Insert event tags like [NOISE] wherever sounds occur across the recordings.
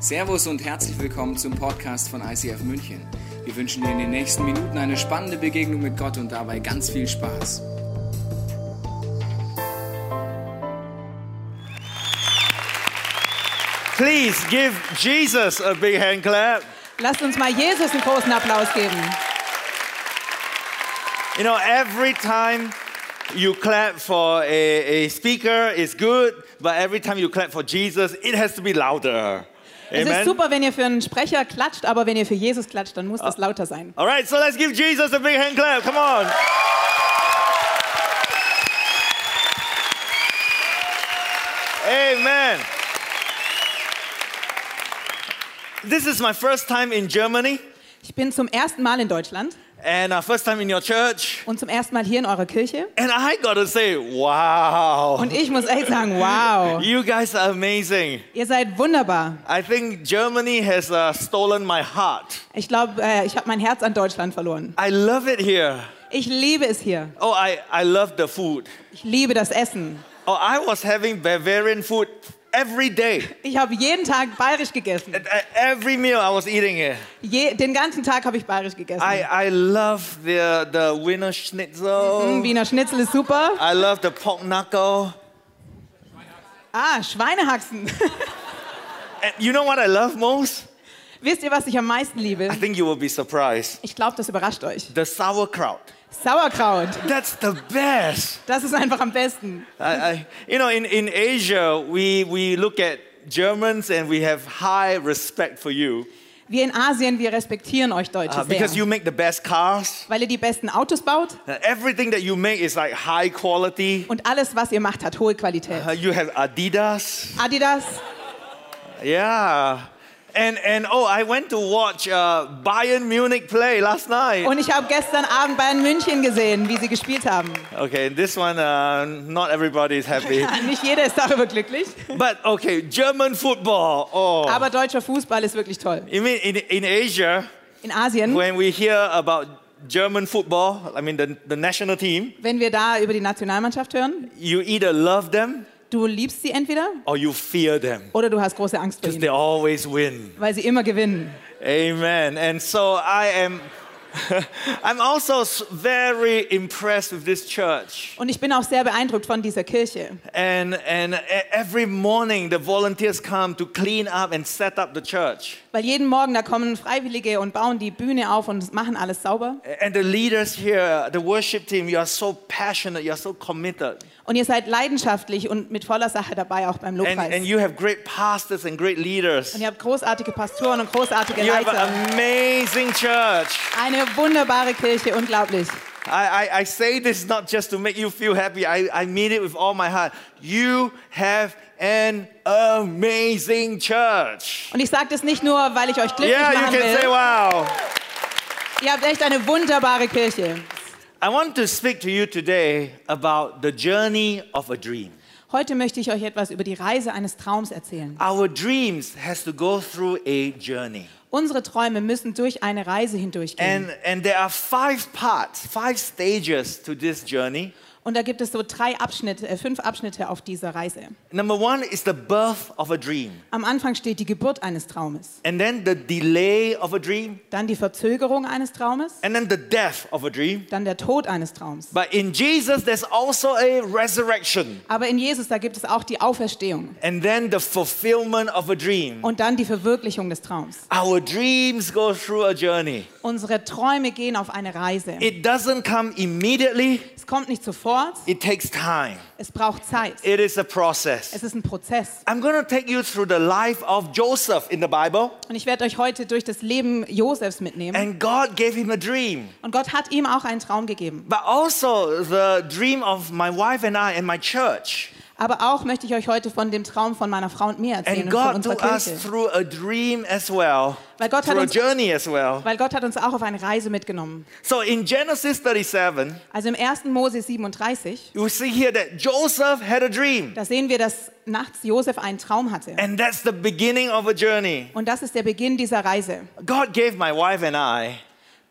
Servus und herzlich willkommen zum Podcast von ICF München. Wir wünschen dir in den nächsten Minuten eine spannende Begegnung mit Gott und dabei ganz viel Spaß. Please give Jesus a big hand clap. Lasst uns mal Jesus einen großen Applaus geben. You know, every time you clap for a, a speaker, it's good, but every time you clap for Jesus, it has to be louder. Es ist Amen. super, wenn ihr für einen Sprecher klatscht, aber wenn ihr für Jesus klatscht, dann muss das lauter sein. All right, so let's give Jesus a big hand clap. Come on. Amen. This is my first time in Germany Ich bin zum ersten Mal in Deutschland and uh, first time in your church. und zum ersten Mal hier in eurer Kirche. And I gotta say, wow. Und ich muss echt sagen, wow, You guys are amazing. ihr seid wunderbar. I think Germany has uh, stolen my heart. Ich glaube, äh, ich habe mein Herz an Deutschland verloren. I love it here. Ich liebe es hier. Oh, I, I love the food. Ich liebe das Essen. Oh, I was having Bavarian food every day. Ich habe jeden Tag bayerisch gegessen. At, at every meal I was eating it. Je, den ganzen Tag habe ich bayerisch I, gegessen. I love the, the Wiener Schnitzel. Mm, Wiener Schnitzel ist super. I love the pork knuckle. Ah, Schweinehaxen. [LAUGHS] And you know what I love most? Wisst ihr, was ich am meisten liebe? I think you will be surprised. Ich glaube, das überrascht euch. The sauerkraut. Sauerkraut. That's the best. Das ist einfach am besten. I, I, you know, in, in Asia, we, we look at Germans and we have high respect for you Wir in Asien, wir respektieren euch Deutsche uh, sehr. because you make the best cars. weil ihr die besten Autos baut Uh, everything that you make is like high quality. und alles, was ihr macht, hat hohe Qualität. Uh, you have Adidas, Adidas, yeah. And, and oh, I went to watch uh, Bayern Munich play last night. und ich habe gestern Abend Bayern München gesehen, wie sie gespielt haben. Okay, this one, uh, not everybody is [LAUGHS] happy. Nicht jeder ist darüber glücklich, but okay, German football. Oh, aber deutscher Fußball ist wirklich toll. you mean in, in Asia, In Asien, when we hear about German football, I mean the, the national team, wenn wir da über die Nationalmannschaft hören, you either love them du liebst sie entweder or you fear them oder du hast große Angst vor because they ihnen, always win. weil sie immer gewinnen. Amen. And so I am. [LAUGHS] I'm also s- very impressed with this church. Und ich bin auch sehr beeindruckt von dieser Kirche. And, and e- every morning, the volunteers come to clean up and set up the church. Weil jeden Morgen, da kommen Freiwillige und bauen die Bühne auf und machen alles sauber. A- And the leaders here, the worship team, you are so passionate, you are so committed. Und ihr seid leidenschaftlich und mit voller Sache dabei, auch beim And, Lobpreis. and you have great pastors and great leaders. und ihr habt großartige Pastoren und großartige You have Leiter. an amazing church. Eine wunderbare Kirche, unglaublich. I, I, I say this not just to make you feel happy, I, I mean it with all my heart. You have an amazing church. Und ich sage das nicht nur, weil ich euch glücklich Yeah, you machen can say will. wow. Ihr habt echt eine wunderbare Kirche. I want to speak to you today about the journey of a dream. Heute möchte ich euch etwas über die Reise eines Traums erzählen. Our dreams has to go through a journey. Unsere Träume müssen durch eine Reise hindurchgehen. And, and there are five parts, five stages to this journey. Und da gibt es so drei Abschnitte, äh, fünf Abschnitte auf dieser Reise. Number one is the birth of a dream, Am Anfang steht die Geburt eines Traumes, and then the delay of a dream, dann die Verzögerung eines Traumes, and then the death of a dream. dann der Tod eines Traums. But in Jesus, there's also a resurrection Aber in Jesus, da gibt es auch die Auferstehung and then the fulfillment of a dream. und dann die Verwirklichung des Traums. Our dreams go through a journey. Unsere Träume gehen auf eine Reise. It doesn't come immediately, Es kommt nicht sofort, it takes time. es braucht Zeit. It is a process. Es ist ein Prozess. I'm going to take you through the life of Joseph in the Bible, Und ich werde euch heute durch das Leben Josefs mitnehmen. and God gave him a dream. Und Gott hat ihm auch einen Traum gegeben. But also the dream of my wife and I and my church. Aber auch möchte ich euch heute von dem Traum von meiner Frau und mir erzählen And und von God took unserer us Kirche. through a dream as well, Weil Gott hat through a uns- journey as well. Weil Gott hat uns auch auf eine Reise mitgenommen. So in Genesis 37, Also im 1. Mose 37, You see here that Joseph had a dream, da sehen wir, dass nachts Josef einen Traum hatte. and that's the beginning of a journey. Und das ist der Beginn dieser Reise. God gave my wife and I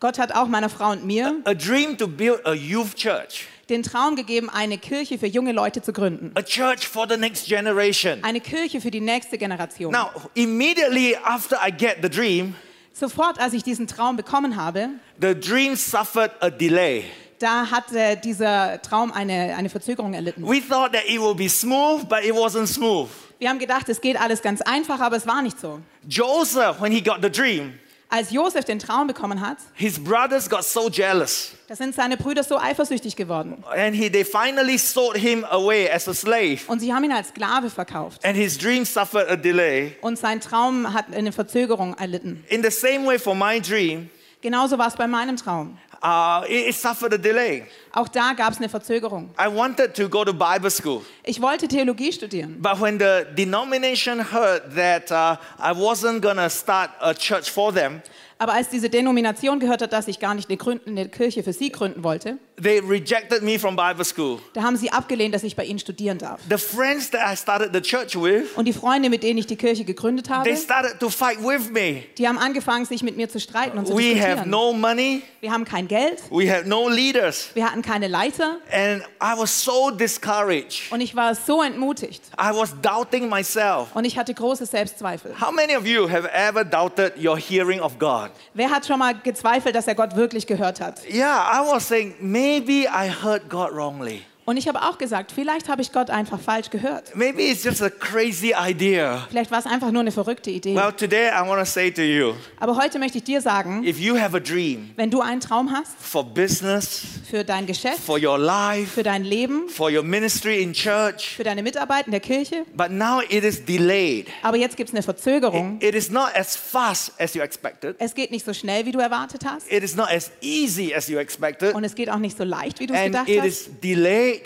Gott hat auch meiner Frau und mir a dream to build a youth church. den Traum gegeben, eine Kirche für junge Leute zu gründen. a church for the next generation. Eine Kirche für die nächste Generation. Now, immediately after I get the dream, Sofort, als ich diesen Traum bekommen habe, the dream suffered a delay. da hat äh, dieser Traum eine, eine Verzögerung erlitten. We thought that it would be smooth, but it wasn't smooth. Wir haben gedacht, es geht alles ganz einfach, aber es war nicht so. Joseph, when he got the dream, Als Josef den Traum bekommen hat, his brothers got so jealous da sind seine Brüder so eifersüchtig geworden. and he, they finally sold him away as a slave. Und sie haben ihn als Sklave verkauft. And his dream suffered a delay. Und sein Traum hat eine Verzögerung erlitten. In the same way, for my dream, Genauso war es bei meinem Traum. uh, it, it suffered a delay. Auch da gab es eine Verzögerung. I wanted to go to Bible school, Ich wollte Theologie studieren. but when the denomination heard that uh, I wasn't gonna start a church for them, Aber als diese Denomination gehört hat, dass ich gar nicht eine, Gründ eine Kirche für sie gründen wollte, they rejected me from Bible school. da haben sie abgelehnt, dass ich bei ihnen studieren darf. The friends that I started the church with, Und die Freunde, mit denen ich die Kirche gegründet habe, they started to fight with me. die haben angefangen, sich mit mir zu streiten und zu We have diskutieren. no money, Wir haben kein Geld, we have no leaders. wir hatten keine Leiter And I was so discouraged. und ich war so entmutigt I was doubting myself. und ich hatte große Selbstzweifel. How many of you have ever doubted your hearing of God? Wer hat schon mal gezweifelt, dass er Gott wirklich gehört hat? Yeah, I was saying, maybe I heard God wrongly. Und ich habe auch gesagt, vielleicht habe ich Gott einfach falsch gehört. Maybe it's just a crazy idea. Vielleicht war es einfach nur eine verrückte Idee. Well, today I want to say to you Aber heute möchte ich dir sagen, if you have a dream wenn du einen Traum hast for business, für dein Geschäft, for your life, für dein Leben, for your ministry in church, für deine Mitarbeit in der Kirche, but now it is delayed, aber jetzt gibt es eine Verzögerung. it is not as fast as you expected, Es geht nicht so schnell, wie du erwartet hast. it is not as easy as you expected, Und es geht auch nicht so leicht, wie du es and gedacht it hast. is delayed.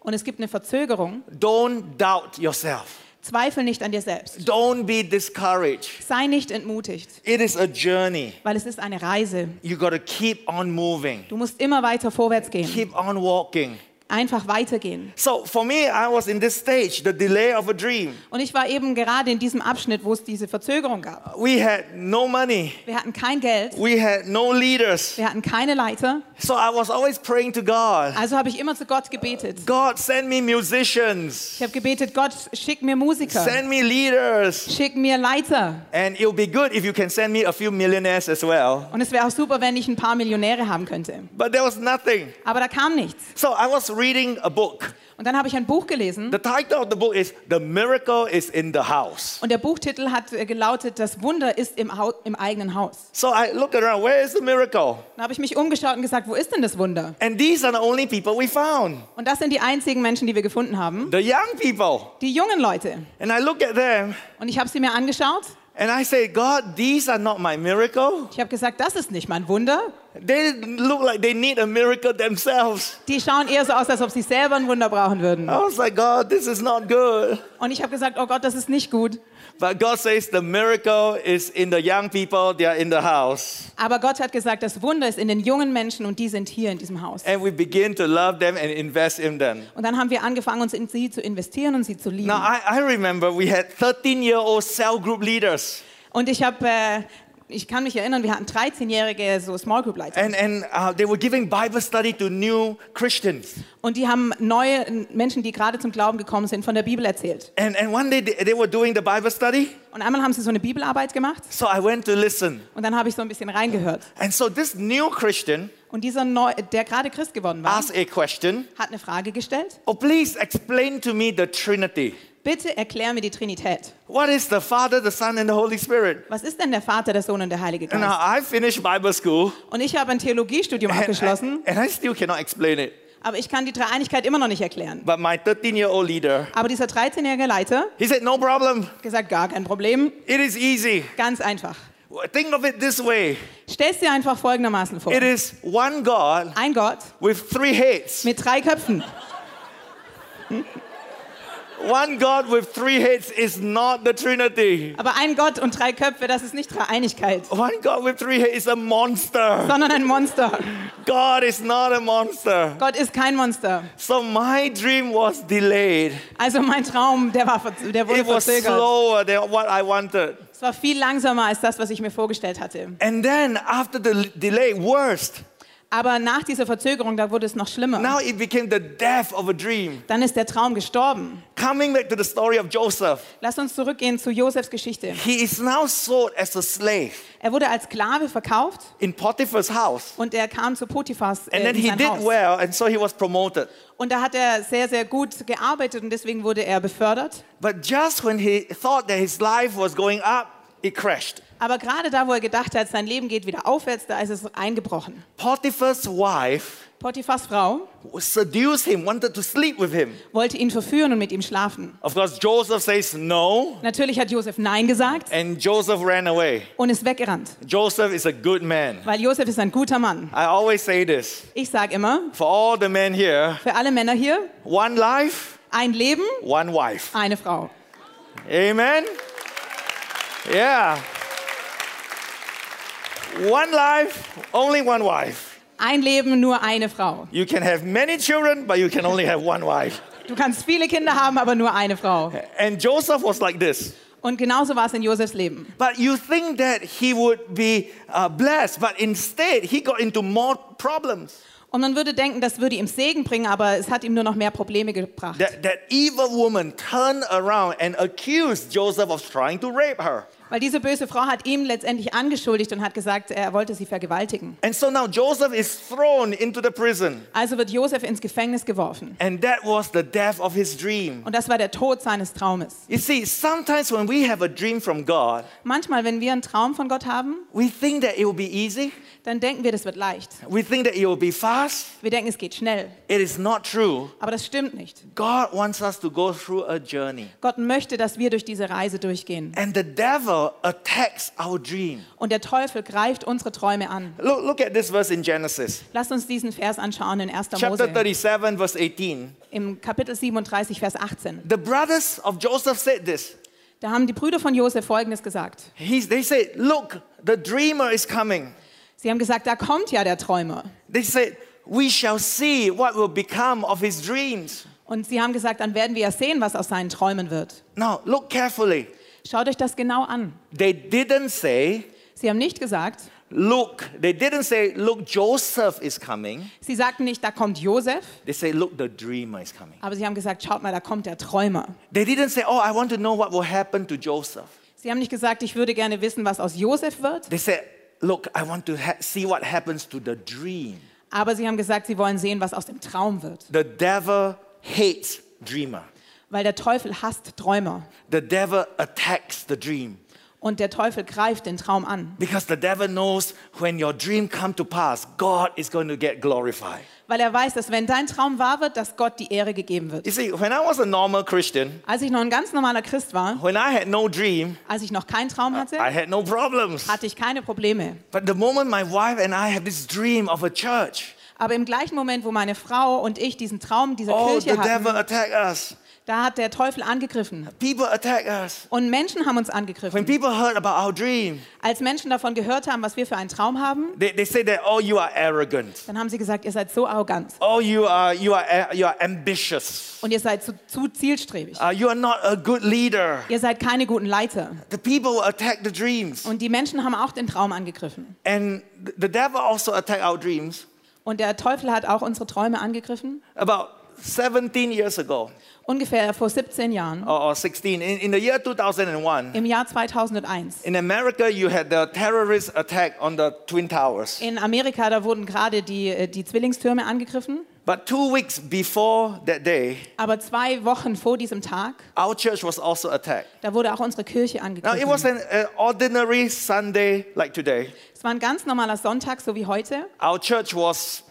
Und es gibt eine Verzögerung. Don't doubt yourself. Zweifel nicht an dir selbst. Don't be discouraged. Sei nicht entmutigt, It is a journey. weil es ist eine Reise. You got to keep on moving. Du musst immer weiter vorwärts gehen. Keep on walking. Einfach weitergehen. So for me, I was in this stage, the delay of a dream. Und ich war eben gerade in diesem Abschnitt, wo es diese Verzögerung gab. We had no money. Wir hatten kein Geld. We had no leaders. Wir hatten keine Leiter. So I was always praying to God. Also habe ich immer zu Gott gebetet. God, send me musicians. Ich habe gebetet, Gott, schick mir Musiker. Send me leaders. Schick mir Leiter. And it'll be good if you can send me a few millionaires as well. Und es wäre auch super, wenn ich ein paar Millionäre haben könnte. But there was nothing. Aber da kam nichts. So I was reading a book. Und dann habe ich ein Buch gelesen. The title of the book is The Miracle is in the House. Und der Buchtitel hat äh, gelautet, das Wunder ist im, Hau im eigenen Haus. So I looked around, where is the miracle? Dann habe ich mich umgeschaut und gesagt, wo ist denn das Wunder? And these are the only people we found Und das sind die einzigen Menschen, die wir gefunden haben. the young people. Die jungen Leute. And I look at them Und ich habe sie mir angeschaut. and I say, God, these are not my miracle. Ich habe gesagt, das ist nicht mein Wunder. They look like they need a miracle themselves. Die schauen eher so aus, als ob sie selber ein Wunder brauchen würden. I was like, God, this is not good. Und ich habe gesagt, oh Gott, das ist nicht gut. But God says the miracle is in the young people, they are in the house. Aber Gott hat gesagt, das Wunder ist in den jungen Menschen und die sind hier in diesem Haus. And we begin to love them and invest in them. Und dann haben wir angefangen, uns in sie zu investieren und sie zu lieben. Now, I, I remember we had 13 year old cell group leaders. Und ich habe, äh, ich kann mich erinnern, wir hatten 13-jährige so Small Group Leiter. And, and uh, they were giving Bible study to new Christians. Und die haben neue Menschen, die gerade zum Glauben gekommen sind, von der Bibel erzählt. And, and one day they, they were doing the Bible study. Und einmal haben sie so eine Bibelarbeit gemacht So I went to listen. und dann habe ich so ein bisschen reingehört. And so this new Christian Und dieser, Neu der gerade Christ geworden war, asked a question. hat eine Frage gestellt. Oh, please explain to me the Trinity. Bitte erklär mir die Trinität. What is the Father, the Son, and the Holy Spirit? Was ist denn der Vater, der Sohn und der Heilige And Now Geist? I finished Bible school. Und ich habe [LAUGHS] ein Theologiestudium And, abgeschlossen, and I still cannot explain it. aber ich kann die Dreieinigkeit immer noch nicht erklären. But my 13 year old leader, Aber dieser 13-jährige Leiter he said, No problem. hat gesagt, gar kein Problem, It is easy. ganz einfach. Think of it this way Stell's dir einfach folgendermaßen vor. it is one God Ein Gott with three heads. mit drei Köpfen. One God with three heads is not the Trinity. Aber ein Gott und drei Köpfe, das ist nicht Dreieinigkeit, One God with three heads is a monster. sondern ein Monster. God is not a monster. Gott ist kein Monster. So my dream was delayed. Also mein Traum, der, war, verz- der wurde It was verzögert. slower than what I wanted. Es war viel langsamer als das, was ich mir vorgestellt hatte. And then after the l- delay, worst, Aber nach dieser Verzögerung, da wurde es noch schlimmer. Now it became the death of a dream. Dann ist der Traum gestorben. Coming back to the story of Joseph, Lass uns zurückgehen zu Josefs Geschichte. he is now sold as a slave Er wurde als Sklave verkauft in Potiphar's house. und er kam zu Potiphas And äh, then in he sein did Haus. well, and so he was promoted. Und da hat er sehr, sehr gut gearbeitet und deswegen wurde er befördert. But just when he thought that his life was going up, it crashed. Aber gerade da, wo er gedacht hat, sein Leben geht wieder aufwärts, da ist es eingebrochen. Potiphar's wife Potiphas Frau seduced him, wanted to sleep with him. wollte ihn verführen und mit ihm schlafen. Of course, Joseph says no, Natürlich hat Josef Nein gesagt and Joseph ran away. und ist weggerannt, Joseph is a good man. weil Josef ist ein guter Mann. I always say this Ich sage immer, for all the men here für alle Männer hier, one life, ein Leben, one wife. eine Frau. Amen? Yeah. One life, only one wife. Ein Leben, nur eine Frau. You can have many children, but you can only have one wife. Du kannst viele Kinder haben, aber nur eine Frau. And Joseph was like this. Und genauso war es in Josefs Leben. But you think that he would be uh, blessed, but instead he got into more problems. Und man würde denken, das würde ihm Segen bringen, aber es hat ihm nur noch mehr Probleme gebracht. That, that evil woman turned around and accused Joseph of trying to rape her. Weil diese böse Frau hat ihm letztendlich angeschuldigt und hat gesagt, er wollte sie vergewaltigen. And so now Joseph is thrown into the prison. Also wird Josef ins Gefängnis geworfen. And that was the death of his dream. Und das war der Tod seines Traumes. You see, sometimes when we have a dream from God, Manchmal, wenn wir einen Traum von Gott haben, we think that it will be easy. dann denken wir, das wird leicht. We think that it will be fast. Wir denken, es geht schnell. It is not true. Aber das stimmt nicht. God wants us to go through a journey. Gott möchte, dass wir durch diese Reise durchgehen. And the devil attacks our dream. Und der Teufel greift unsere Träume an. Look, look at this verse in Genesis, Lasst uns diesen Vers anschauen in 1. chapter Mose 37, verse 18. im Kapitel 37, Vers 18. The brothers of Joseph said this. Da haben die Brüder von Josef Folgendes gesagt. He's, they said, Look, the dreamer is coming. Sie haben gesagt, da kommt ja der Träumer. They said, We shall see what will become of his dreams. Und sie haben gesagt, dann werden wir ja sehen, was aus seinen Träumen wird. Now, look carefully. Schaut euch das genau an. They didn't say, Sie haben nicht gesagt, Look, they didn't say, Look, Joseph is coming. sie sagten nicht, da kommt Josef, They say, Look, the dreamer is coming. aber sie haben gesagt, schaut mal, da kommt der Träumer. They didn't say, Oh, I want to know what will happen to Joseph. Sie haben nicht gesagt, ich würde gerne wissen, was aus Josef wird, They said, Look, I want to ha- see what happens to the dream. aber sie haben gesagt, sie wollen sehen, was aus dem Traum wird. The devil hates dreamer. Weil der Teufel hasst Träumer The devil attacks the dream und der Teufel greift den Traum an. because the devil knows when your dream come to pass, God is going to get glorified. Weil er weiß, dass wenn dein Traum wahr wird, dass Gott die Ehre gegeben You wird. see, when I was a normal Christian, Als ich noch ein ganz normaler Christ war, when I had no dream, als ich noch keinen Traum hatte, I had no problems. hatte ich keine Probleme. But the moment my wife and I have this dream of a church, Aber im gleichen Moment, wo meine Frau und ich diesen Traum dieser oh, the Kirche hatten, devil attack us. da hat der Teufel angegriffen. People attack us. Und Menschen haben uns When angegriffen. people heard about our dream, Als Menschen davon gehört haben, was wir für einen Traum haben, they, they say that, oh, you are arrogant. dann haben sie gesagt, ihr seid so arrogant Oh, you are, you are, you are ambitious. und ihr seid zu, zu zielstrebig. Uh, you are not a good leader. Ihr seid keine guten Leiter. The people will attack the dreams. Und die Menschen haben auch den Traum angegriffen. And th- the devil also attacked our dreams. Und der Teufel hat auch unsere Träume angegriffen. About 17 years ago, Ungefähr vor 17 Jahren, or, or 16, in, in the year 2001, im Jahr 2001. in America, you had the terrorist attack on the Twin Towers. In Amerika, da wurden gerade die, die Zwillingstürme angegriffen. But two weeks before that day, Aber zwei Wochen vor diesem Tag, our church was also attacked. da wurde auch unsere Kirche Now, it angegriffen. was an uh, ordinary Sunday like today. Es war ein ganz normaler Sonntag, so wie heute. Our church was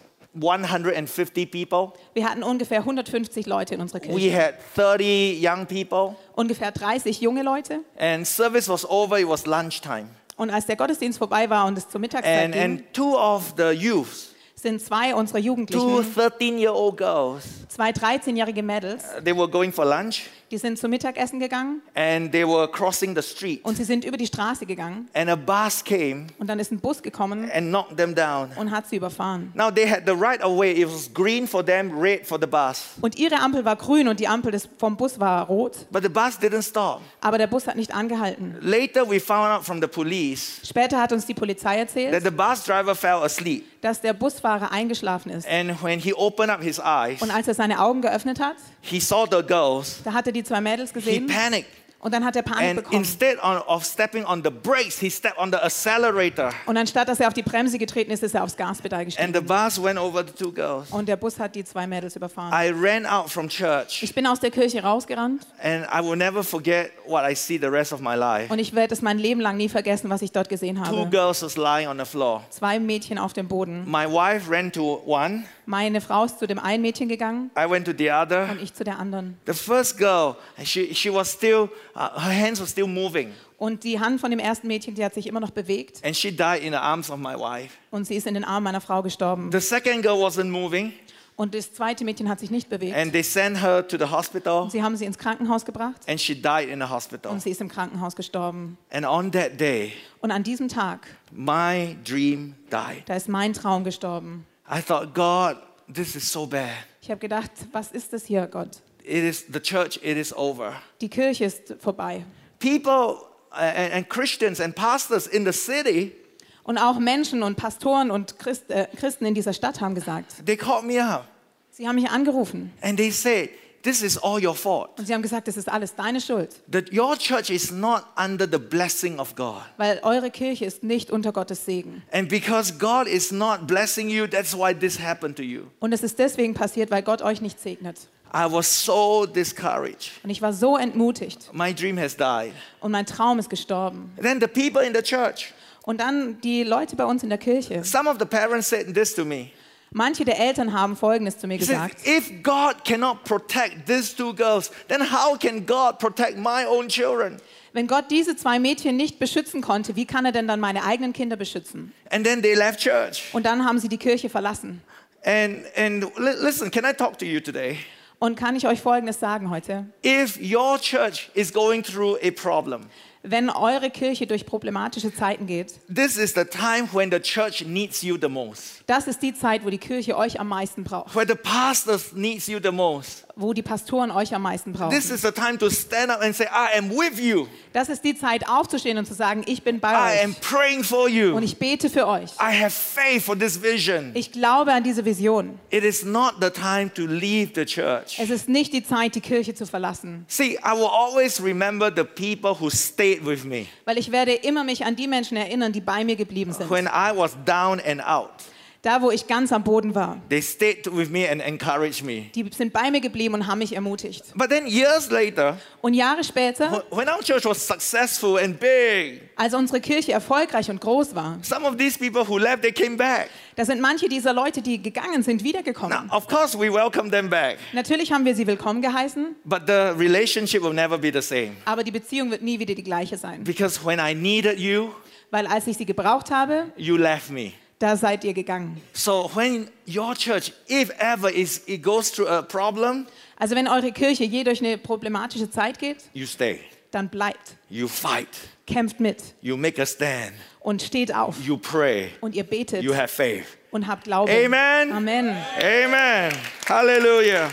150 people. Wir hatten ungefähr 150 Leute in unserer Kirche. We had 30 young people. ungefähr 30 junge Leute. And service was over, it was lunchtime. Und als der Gottesdienst vorbei war und es zur Mittagszeit And, ging, and two of the youths, sind zwei unserer two Mm-hmm. Jugendlichen, 13 year old girls, zwei 13-jährige Mädels, they were going for lunch die sind zum Mittagessen gegangen and they were crossing the street. und sie sind über die Straße gegangen. And a bus came Und dann ist ein Bus gekommen and knocked them down. und hat sie überfahren. Now they had the right of way. It was green for them, red for the bus. Und ihre Ampel war grün und die Ampel des, vom Bus war rot, But the bus didn't stop. aber der Bus hat nicht angehalten. Later, we found out from the police Später hat uns die Polizei erzählt, that the bus driver fell asleep. dass der Busfahrer eingeschlafen ist. And when he opened up his eyes, Und als er seine Augen geöffnet hat, he saw the girls. da hat er die zwei Mädels He gesehen panicked. und dann hat er Panik And bekommen. instead on- of stepping on the brakes, he stepped on the accelerator. Und anstatt dass er auf die Bremse getreten ist, ist er aufs Gaspedal And gestiegen. the bus went over the two girls. Und der Bus hat die zwei Mädels überfahren. I ran out from church. Ich bin aus der Kirche rausgerannt And I will never forget what I see the rest of my life. und ich werde es mein Leben lang nie vergessen, was ich dort gesehen Two habe. girls was lying on the floor. Zwei Mädchen auf dem Boden. My wife ran to one. Meine Frau ist zu dem einen Mädchen gegangen I went to the other. und ich zu der anderen. The first girl, she, she was still, uh, her hands were still moving. Und die Hand von dem ersten Mädchen, die hat sich immer noch bewegt And she died in the arms of my wife. und sie ist in den Armen meiner Frau gestorben. The second girl wasn't moving. Und das zweite Mädchen hat sich nicht bewegt. And they sent her to the hospital. Sie haben sie ins Krankenhaus gebracht And she died in the hospital. und sie ist im Krankenhaus gestorben. And on that day, Und an diesem Tag, my dream died. da ist mein Traum gestorben. I thought, God, this is so bad. Ich habe gedacht, was ist das hier, Gott? It is the church, it is over. Die Kirche ist vorbei. People uh, and, and Christians and pastors in the city, Und auch Menschen und Pastoren und Christ, äh, Christen in dieser Stadt haben gesagt, they called me up sie haben mich angerufen and they said, This is all your fault. und sie haben gesagt, das ist alles deine Schuld, That your church is not under the blessing of God. weil eure Kirche ist nicht unter Gottes Segen. And because God is not blessing you, that's why this happened to you. Und es ist deswegen passiert, weil Gott euch nicht segnet. I was so discouraged. Und ich war so entmutigt My dream has died. und mein Traum ist gestorben. Then the people in the church, Und dann die Leute bei uns in der Kirche. some of the parents said this to me. Manche der Eltern haben Folgendes zu mir He said, gesagt. if God cannot protect these two girls, then how can God protect my own children? Wenn Gott diese zwei Mädchen nicht beschützen konnte, wie kann er denn dann meine eigenen Kinder beschützen? And then they left church. Und dann haben sie die Kirche verlassen. And and li- listen, can I talk to you today? Und kann ich euch Folgendes sagen heute? If your church is going through a problem, Wenn eure Kirche durch problematische Zeiten geht, this is the time when the church needs you the most. das ist die Zeit, wo die Kirche euch am meisten braucht, Where the pastors needs you the most. wo die Pastoren euch am meisten This brauchen. is the time to stand up and say, I am with you. Das ist die Zeit, aufzustehen und zu sagen, ich bin I bei am euch praying for und you. ich bete für euch. I have faith for this vision. Ich glaube an diese Vision. It is not the time to leave the church. Es ist nicht die Zeit, die Kirche zu verlassen, See, I will always remember the people who stayed with me weil ich werde immer mich an die Menschen erinnern, die bei mir geblieben sind. when I was down and out. Da, wo ich ganz am Boden war. They stayed with me and encouraged me. Die sind bei mir geblieben und haben mich ermutigt. But then years later, Und Jahre später, wh- when our church was successful and big, als unsere Kirche erfolgreich und groß war, some of these people who left, they came back. da sind manche dieser Leute, die gegangen sind, Now, wiedergekommen. of course, we welcome them back, Natürlich haben wir sie willkommen geheißen, but the relationship will never be the same. aber die Beziehung wird nie wieder die gleiche sein. Because when I needed you, Weil als ich sie gebraucht habe, you left me. da seid ihr gegangen. So when your church, if ever is, it goes through a problem, Also wenn eure Kirche je durch eine problematische Zeit geht, you stay, dann bleibt, you fight, kämpft mit you make a stand, und steht auf you pray, und ihr betet you have faith. und habt Glauben. Amen. Amen. Amen. Hallelujah.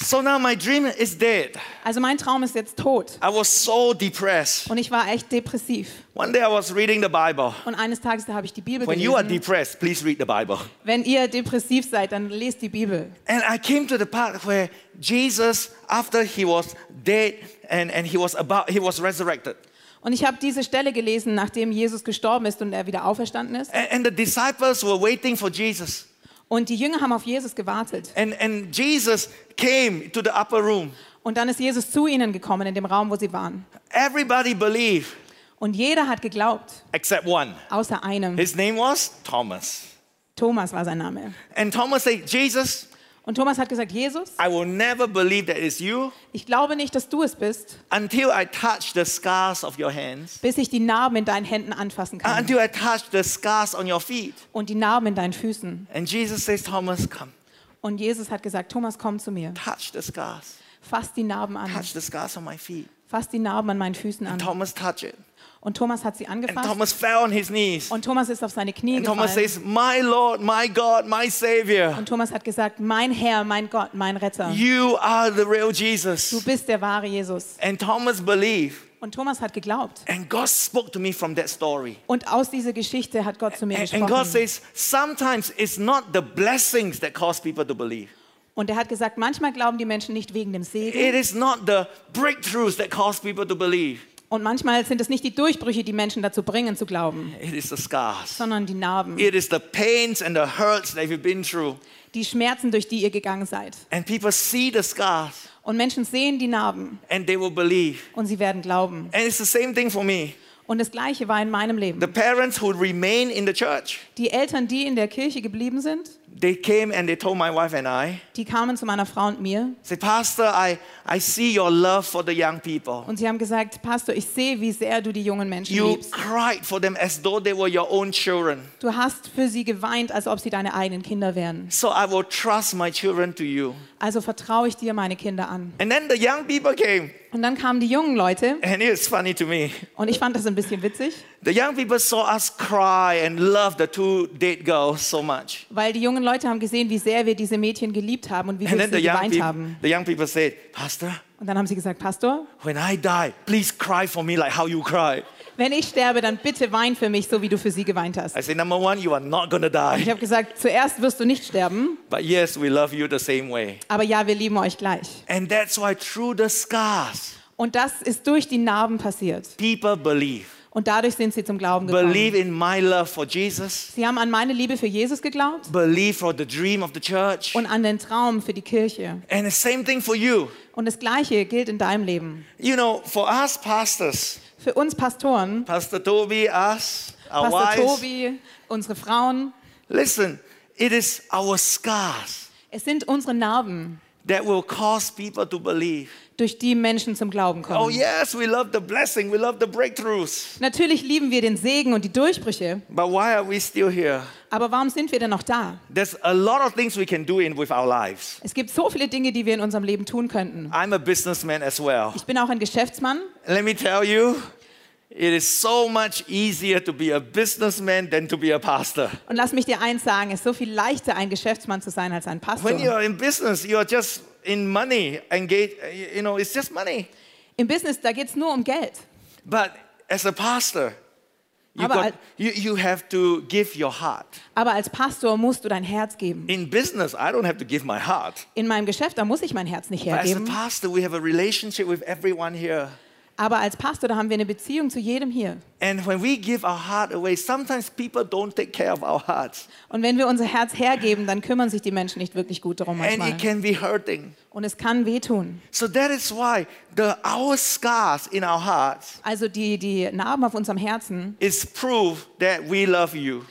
So now my dream is dead. Also mein Traum ist jetzt tot I was so depressed. und ich war echt depressiv. One day I was reading the Bible. Und eines Tages da habe ich die Bibel When you are gelesen. depressed, please read the Bible. Wenn ihr depressiv seid, dann lest die Bibel. And I came to the part where Jesus, after he was dead and, and he was about he was resurrected. Und ich habe diese Stelle gelesen, nachdem Jesus gestorben ist und er wieder auferstanden ist. And, and the disciples were waiting for Jesus. Und die Jünger haben auf Jesus gewartet. And and Jesus came to the upper room. Und dann ist Jesus zu ihnen gekommen in dem Raum, wo sie waren. Everybody believed Und jeder hat geglaubt, except one. außer einem. His name was Thomas. Thomas war sein Name. And Thomas said, Jesus, Und Thomas hat gesagt, Jesus, I will never believe that it's you ich glaube nicht, dass du es bist, until I touch the scars of your hands, bis ich die Narben in deinen Händen anfassen uh, kann until I touch the scars on your feet. und die Narben in deinen Füßen. And Jesus says, Thomas, come, Und Jesus hat gesagt, Thomas, komm zu mir. touch the scars, Fass die Narben an. touch the scars on my feet. fast die Narben an meinen Füßen an. Thomas touched it. Und Thomas hat sie And angefasst. Thomas fell on his knees. Und Thomas ist auf seine Knie And Thomas gefallen. says, My Lord, my God, my Savior, Und Thomas hat gesagt, mein Herr, mein Gott, mein Retter, you are the real du Jesus. bist der wahre Jesus. And Thomas believed. Und Thomas hat geglaubt. And God spoke to me from that story. Und aus dieser Geschichte hat Gott zu mir And, and God gesprochen. says, sometimes it's not the blessings that cause people to believe. Und er hat gesagt, manchmal glauben die Menschen nicht wegen dem Segen It is not the breakthroughs that cause people to believe. und manchmal sind es nicht die Durchbrüche, die Menschen dazu bringen zu glauben, It is the scars. sondern die Narben, It is the pains and the hurts that you've been through. die Schmerzen, durch die ihr gegangen seid. And people see the scars Und Menschen sehen die Narben and they will believe. und sie werden glauben. And it's the same thing for me. Und das Gleiche war in meinem The Leben. parents who remain in the church, Die Eltern, die in der Kirche geblieben sind, they came and they told my wife and I, die kamen zu meiner Frau und mir say, Pastor, I, I see your love for the young people. und sie haben gesagt, Pastor, ich sehe, wie sehr du die jungen Menschen You liebst. cried for them as though they were your own children. Du hast für sie geweint, als ob sie deine eigenen Kinder wären. So I will trust my children to you. Also vertraue ich dir meine Kinder an. And then the young people came, Und dann kamen die jungen Leute and it was funny to me. und ich fand das ein bisschen witzig, The young people saw us cry and love the two dead girls so much. weil die jungen Leute haben gesehen, wie sehr wir diese Mädchen geliebt haben und wie And wir then sie the young, geweint people, haben. the young people said, Pastor, Und dann haben sie gesagt, Pastor, when I die, please cry for me like how you cried. wenn ich sterbe, dann bitte wein für mich, so wie du für sie geweint hast. I said, number one, you are not going to Ich die. habe gesagt, zuerst wirst du nicht sterben, But yes, we love you the same way. aber ja, wir lieben euch gleich. And that's why through the scars, Und das ist durch die Narben passiert. people believe. Und dadurch sind sie zum Glauben gekommen. Believe in my love for Jesus. Sie haben an meine Liebe für Jesus geglaubt Believe for the dream of the church. und an den Traum für die Kirche. And the same thing for you. Und das Gleiche gilt in deinem Leben. You know, for us pastors, Für uns Pastoren, Pastor Toby, us, our Pastor wives, Tobi, unsere Frauen, listen, it is our scars es sind unsere Narben, that will cause people to believe. durch die Menschen zum Glauben kommen. Oh, yes, we love the blessing, we love the breakthroughs. Natürlich lieben wir den Segen und die Durchbrüche, But why are we still here? aber warum sind wir denn noch da? There's a lot of things we can do in with our lives. Es gibt so viele Dinge, die wir in unserem Leben tun könnten. I'm a businessman as well. Ich bin auch ein Geschäftsmann Let me tell you, it is so much easier to be a businessman than to be a pastor. und lass mich dir eins sagen, es ist so viel leichter, ein Geschäftsmann zu sein als ein Pastor. When you're in business, you're just in money, engage, you know, it's just money. Im Business, da geht es nur um Geld. But as a pastor, you, Aber got, al- you, you have to give your heart. Aber als Pastor musst du dein Herz geben. In business, I don't have to give my heart. In meinem Geschäft, da muss ich mein Herz nicht But as a hergeben. pastor, we have a relationship with everyone here. Aber als Pastor, da haben wir eine Beziehung zu jedem hier. And when we give our heart away, sometimes people don't take care of our hearts. Und wenn wir unser Herz hergeben, dann kümmern sich die Menschen nicht wirklich gut darum And it manchmal. can be hurting. Und es kann wehtun. So that is why the, our scars in our hearts Also die, die Narben auf unserem Herzen is proof that we love you.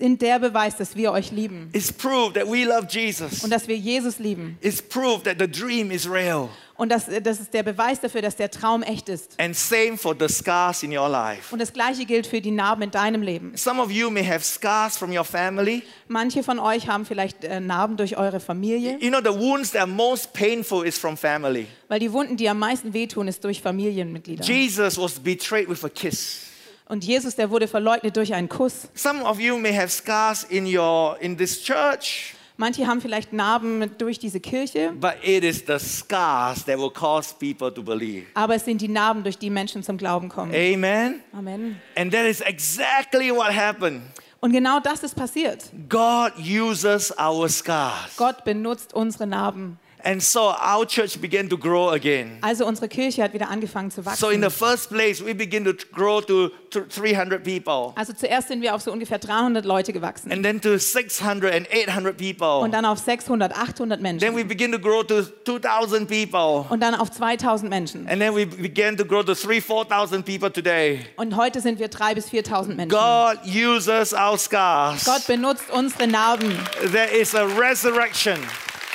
sind der Beweis, dass wir euch lieben It's proof that we love Jesus. und dass wir Jesus lieben. It's proof that the dream is real. Und das, das ist der Beweis dafür, dass der Traum echt ist. And same for the scars in your life. Und das Gleiche gilt für die Narben in deinem Leben. Some of you may have scars from your family. Manche von euch haben vielleicht äh, Narben durch eure Familie, You know, the wounds that are most painful is from family. weil die Wunden, die am meisten wehtun, ist durch Familienmitglieder. Jesus was betrayed with a kiss. Und Jesus, der wurde verleugnet durch einen Kuss. Some of you may have scars in your in this church. Manche haben vielleicht Narben durch diese Kirche, But it is the scars that will cause people to believe. aber es sind die Narben, durch die Menschen zum Glauben kommen. Amen. Amen. And that is exactly what happened. Und genau das ist passiert. God uses our scars. Gott benutzt unsere Narben. And so our church began to grow again. Also unsere Kirche hat wieder angefangen zu So in the wachsen. first place, we begin to grow to th- 300 people. Also zuerst sind wir auf so ungefähr 300 Leute gewachsen And then to 600 and 800 people. und dann auf 600, 800 Then Menschen we begin to grow to 2,000 people. und dann auf 2000 Menschen. And then we began to grow to 3, 4,000 people today. Und heute sind wir 3.000 bis 4.000 Menschen. God uses our scars. Gott benutzt unsere Narben. There is a resurrection.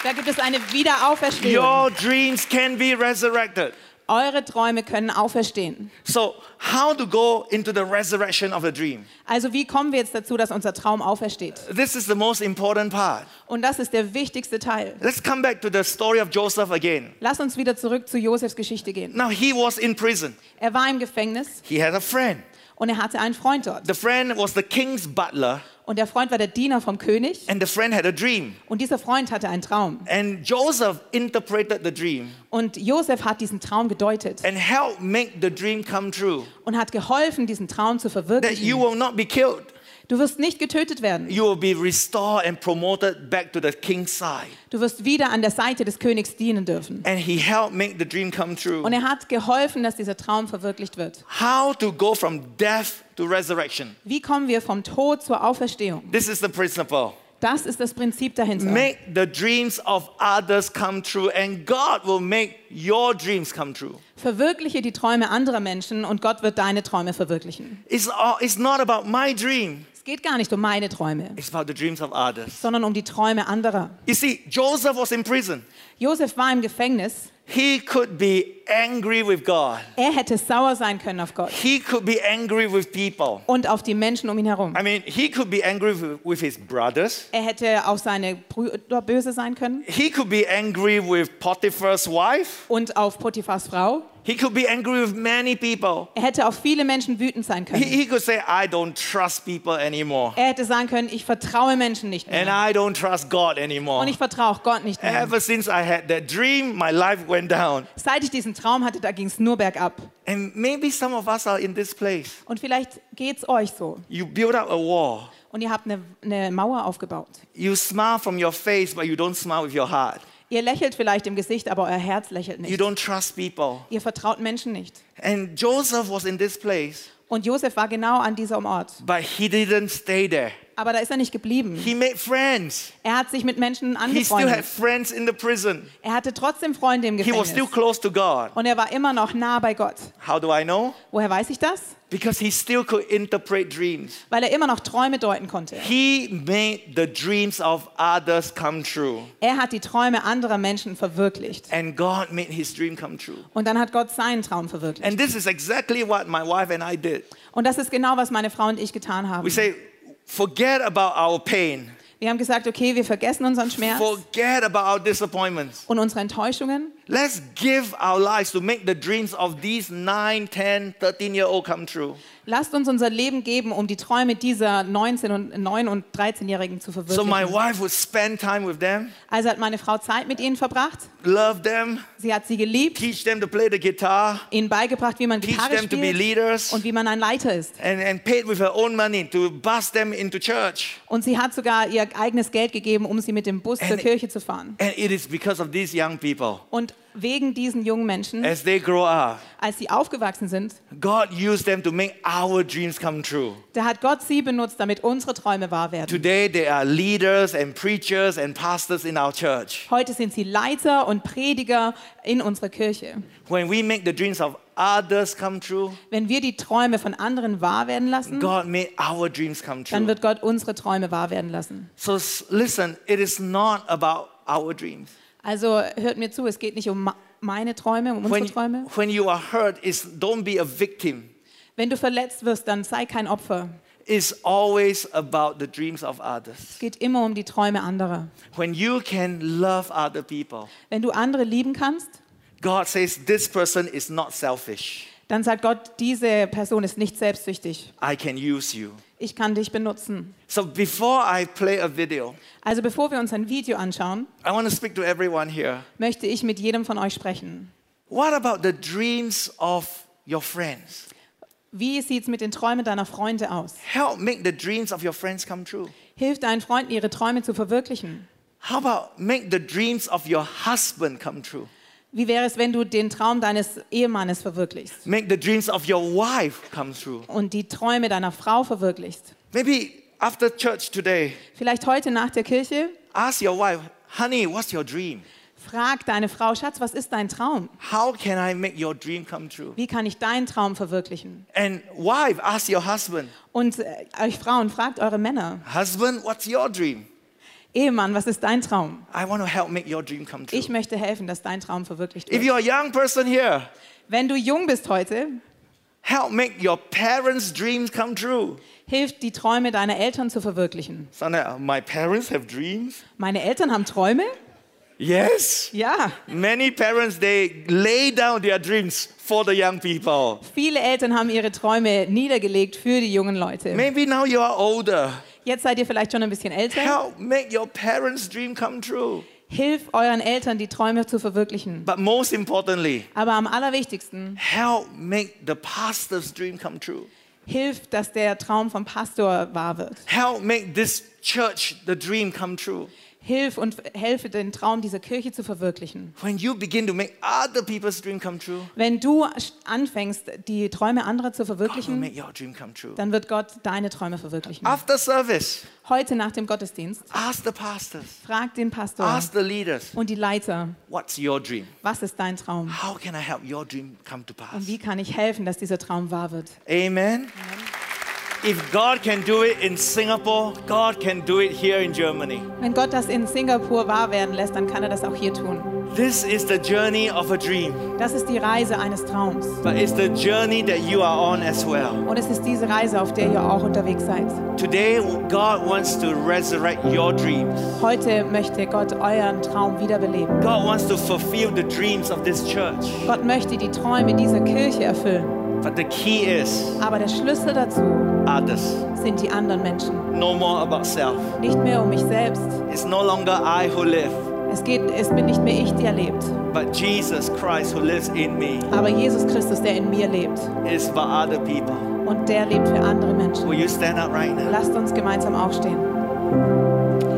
Da gibt es eine Your Wiederauferstehung. dreams can be resurrected. Eure Träume können auferstehen. So, how to go into the resurrection of the dream? Also wie kommen wir jetzt dazu, dass unser Traum aufersteht? This is the most important part. Und das ist der wichtigste Teil. Let's come back to the story of Joseph again. Lass uns wieder zurück zu Josefs Geschichte gehen. Now, he was in prison. Er war im Gefängnis He had a friend. und er hatte einen Freund dort. The friend was the king's butler, Und der Freund war der Diener vom König and the friend had a dream. und dieser Freund hatte einen Traum. And Joseph interpreted the dream Und Josef hat diesen Traum gedeutet and helped make the dream come true und hat geholfen, diesen Traum zu that you verwirklichen. will not be killed. Du wirst nicht getötet werden. You will be restored and promoted back to the king's side. Du wirst wieder an der Seite des Königs dienen dürfen. And he helped make the dream come true. Und er hat geholfen, dass dieser Traum verwirklicht wird. How to go from death to resurrection. Wie kommen wir vom Tod zur Auferstehung? This is the principle. Das ist das Prinzip dahinter. Make the dreams of others come true, and God will make your dreams come true. Verwirkliche die Träume anderer Menschen und Gott wird deine Träume verwirklichen. It's, all, it's not about my dream, Es geht gar nicht um meine Träume, it's about the dreams of others. sondern um die Träume anderer. You see, Joseph was in prison. Josef war im Gefängnis. He could be angry with God, Er hätte sauer sein können auf Gott he could be angry with people. und auf die Menschen um ihn herum. I mean, he could be angry with, with his brothers. Er hätte auf seine Brüder böse sein können He could be angry with Potiphar's wife. und auf Potiphars Frau. He could be angry with many people. Er hätte auf viele Menschen wütend sein He, können. he could say, I don't trust people anymore. Er hätte sagen können, ich vertraue Menschen nicht And mehr I don't trust God anymore. und ich vertraue auch Gott nicht mehr. Ever since I had that dream, my life went down. Seit ich diesen Traum hatte, da ging es nur bergab. And maybe some of us are in this place. Und vielleicht geht's euch so You build up a wall. und ihr habt eine, eine Mauer aufgebaut. You smile from your face, but you don't smile with your heart. Ihr lächelt vielleicht im Gesicht, aber euer Herz lächelt You nicht. don't trust people. Ihr vertraut Menschen nicht. And Joseph was in this place, Und Josef war genau an diesem Ort. but he didn't stay there. Aber da ist er nicht geblieben. He made friends. Er hat sich mit Menschen He still had angefreundet. friends in the prison. Er hatte trotzdem Freunde im He was still Gefängnis. close to God. Und er war immer noch nah bei Gott. How do I know? Woher weiß ich das? Because he still could interpret dreams. Weil er immer noch Träume deuten konnte. He made the dreams of others come true. Er hat die Träume anderer Menschen verwirklicht. And God made his dream come true. Und dann hat Gott seinen Traum verwirklicht. And this is exactly what my wife and I did. Und das ist genau, was meine Frau und ich getan haben. We say, forget about our pain, Wir haben gesagt, okay, wir vergessen unseren Schmerz forget about our disappointments. und unsere Enttäuschungen. Let's give our lives to make the dreams of these 9, 10, 13 year old come true. Lasst uns unser Leben geben, um die Träume dieser 19 und 9 und 13-Jährigen zu So my verwirklichen. wife would spend time with them, Also hat meine Frau Zeit mit ihnen verbracht. love them, Sie hat sie geliebt, teach them to play the guitar, ihnen beigebracht, wie man teach Gitarre them to be spielt leaders. und wie man ein Leiter ist. and, and paid with her own money to bus them into church. Und sie hat sogar ihr eigenes Geld gegeben, um sie mit dem Bus zur And- Kirche zu fahren. And it is because of these young people. Und wegen diesen jungen Menschen, As they grow up, als sie aufgewachsen sind, God used them to make our dreams come true. da hat Gott sie benutzt, damit unsere Träume wahr werden. Today, they are leaders and preachers and pastors in our church. Heute sind sie Leiter und Prediger in unserer Kirche. When we make the dreams of others come true, Wenn wir die Träume von anderen wahr werden lassen, God made our dreams come dann true. wird Gott unsere Träume wahr werden lassen. So, s- listen, it is not about our dreams. Also hört mir zu, es geht nicht um ma- meine Träume, um unsere When, Träume. when you are hurt, it's, don't be a victim. Wenn du verletzt wirst, dann sei kein Opfer. It's always about the dreams of others. Es geht immer um die Träume anderer. When you can love other people, Wenn du andere lieben kannst, God says, This person is not selfish. dann sagt Gott, diese Person ist nicht selbstsüchtig. I can use you. Ich kann dich benutzen. So before I play a video, Also bevor wir uns ein Video anschauen, I want to speak to everyone here. möchte ich mit jedem von euch sprechen. What about the dreams of your friends? Wie sieht es mit den Träumen deiner Freunde aus? Help make the dreams of your friends come true. Hilf deinen Freunden, ihre Träume zu verwirklichen. How about make the dreams of your husband come true? Wie wäre es, wenn du den Traum deines Ehemannes verwirklichst Make the dreams of your wife come true. und die Träume deiner Frau verwirklichst? Maybe after church today, Vielleicht heute nach der Kirche, ask your wife, honey, what's your dream? frag deine Frau, Schatz, was ist dein Traum? How can I make your dream come true? Wie kann ich deinen Traum verwirklichen? And wife, ask your husband, Und äh, euch Frauen, fragt eure Männer, Husband, what's your dream? Ehemann, was ist dein Traum? I want to help make your dream come true. Ich möchte helfen, dass dein Traum verwirklicht If wird. you're a young person here, Wenn du jung bist heute, Help make your parents' dreams come true. hilft die Träume deiner Eltern zu verwirklichen. Son, uh, my parents have dreams. Meine Eltern haben Träume? Yes. Ja. Many parents they lay down their dreams for the young people. Viele Eltern haben ihre Träume niedergelegt für die jungen Leute. Maybe now you are older. Jetzt seid ihr vielleicht schon ein bisschen älter. Help make your parents' dream come true. Hilf euren Eltern, die Träume zu verwirklichen. But most importantly, Aber am allerwichtigsten, help make the pastor's dream come true. hilf, dass der Traum vom Pastor wahr wird. Help make this church the dream come true. Hilf und helfe den Traum dieser Kirche zu verwirklichen. When you begin to make other people's dream come true, Wenn du sch- anfängst, die Träume anderer zu God will verwirklichen, make your dream come true. dann wird Gott deine Träume verwirklichen. After service, Heute nach dem Gottesdienst, ask the pastors, frag den Pastor ask the leaders, und die Leiter, what's your dream? was ist dein Traum? How can I help your dream come to Und pass? wie kann ich helfen, dass dieser Traum wahr wird? Amen. If God can do it in Singapore, God can do it here in Germany. Wenn Gott das in Singapur wahr werden lässt, dann kann er das auch hier tun. This is the journey of a dream, Das ist die Reise eines Traums. but it's the journey that you are on as well. Und es ist diese Reise, auf der ihr auch unterwegs seid. Today, God wants to resurrect your dreams. Heute möchte Gott euren Traum wiederbeleben. God wants to fulfill the dreams of this church. Gott möchte die Träume dieser Kirche erfüllen. But the key is Aber der Schlüssel dazu others. sind die anderen Menschen. No more about self. Nicht mehr um mich selbst. It's no longer I who live, Es, geht, es bin nicht mehr ich, der lebt, but Jesus Christ who lives in me aber Jesus Christus, der in mir lebt. is for other people. Und der lebt für andere Menschen. Will you stand up right now? Lasst uns gemeinsam aufstehen.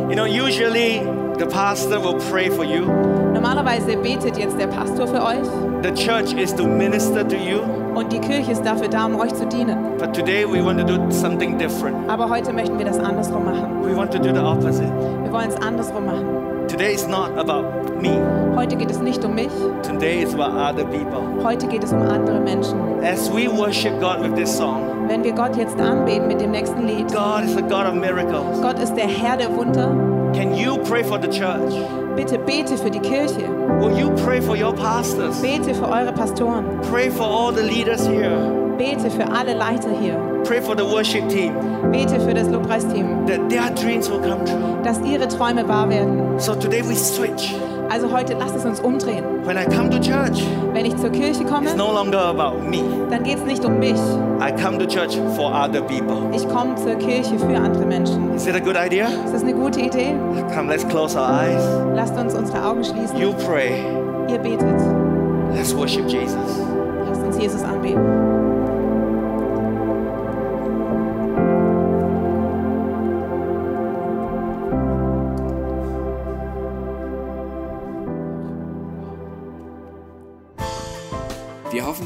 You know, usually the pastor will pray for you. Normalerweise betet jetzt der Pastor für euch The church is to minister to you. und die Kirche ist dafür da, um euch zu dienen. But today we want to do something different. Aber heute möchten wir das andersrum machen. We want to do the opposite. Wir wollen es andersrum machen. Today is not about me. Heute geht es nicht um mich, Today is about other people. heute geht es um andere Menschen. As we worship God with this song, Wenn wir Gott jetzt anbeten mit dem nächsten Lied, God is a God of miracles. Gott ist der Herr der Wunder, Can you pray for the church? bitte bete für die Kirche, Will you pray for your pastors? bete für eure Pastoren, Pray for all the leaders here. bete für alle Leiter hier, Pray for the worship team bete für das Lobpreisteam, that their dreams will come true. dass ihre Träume wahr werden. So today we switch. Also heute lasst es uns umdrehen. When I come to church, Wenn ich zur Kirche it's komme, no longer about me. dann geht es nicht um mich. I come to church for other people. Ich komme zur Kirche für andere Menschen. Is it a good idea? Ist das eine gute Idee? Come, let's close our eyes. Lasst uns unsere Augen schließen. You pray. Ihr betet. Let's worship Jesus. Lasst uns Jesus anbeten. Wir hoffen,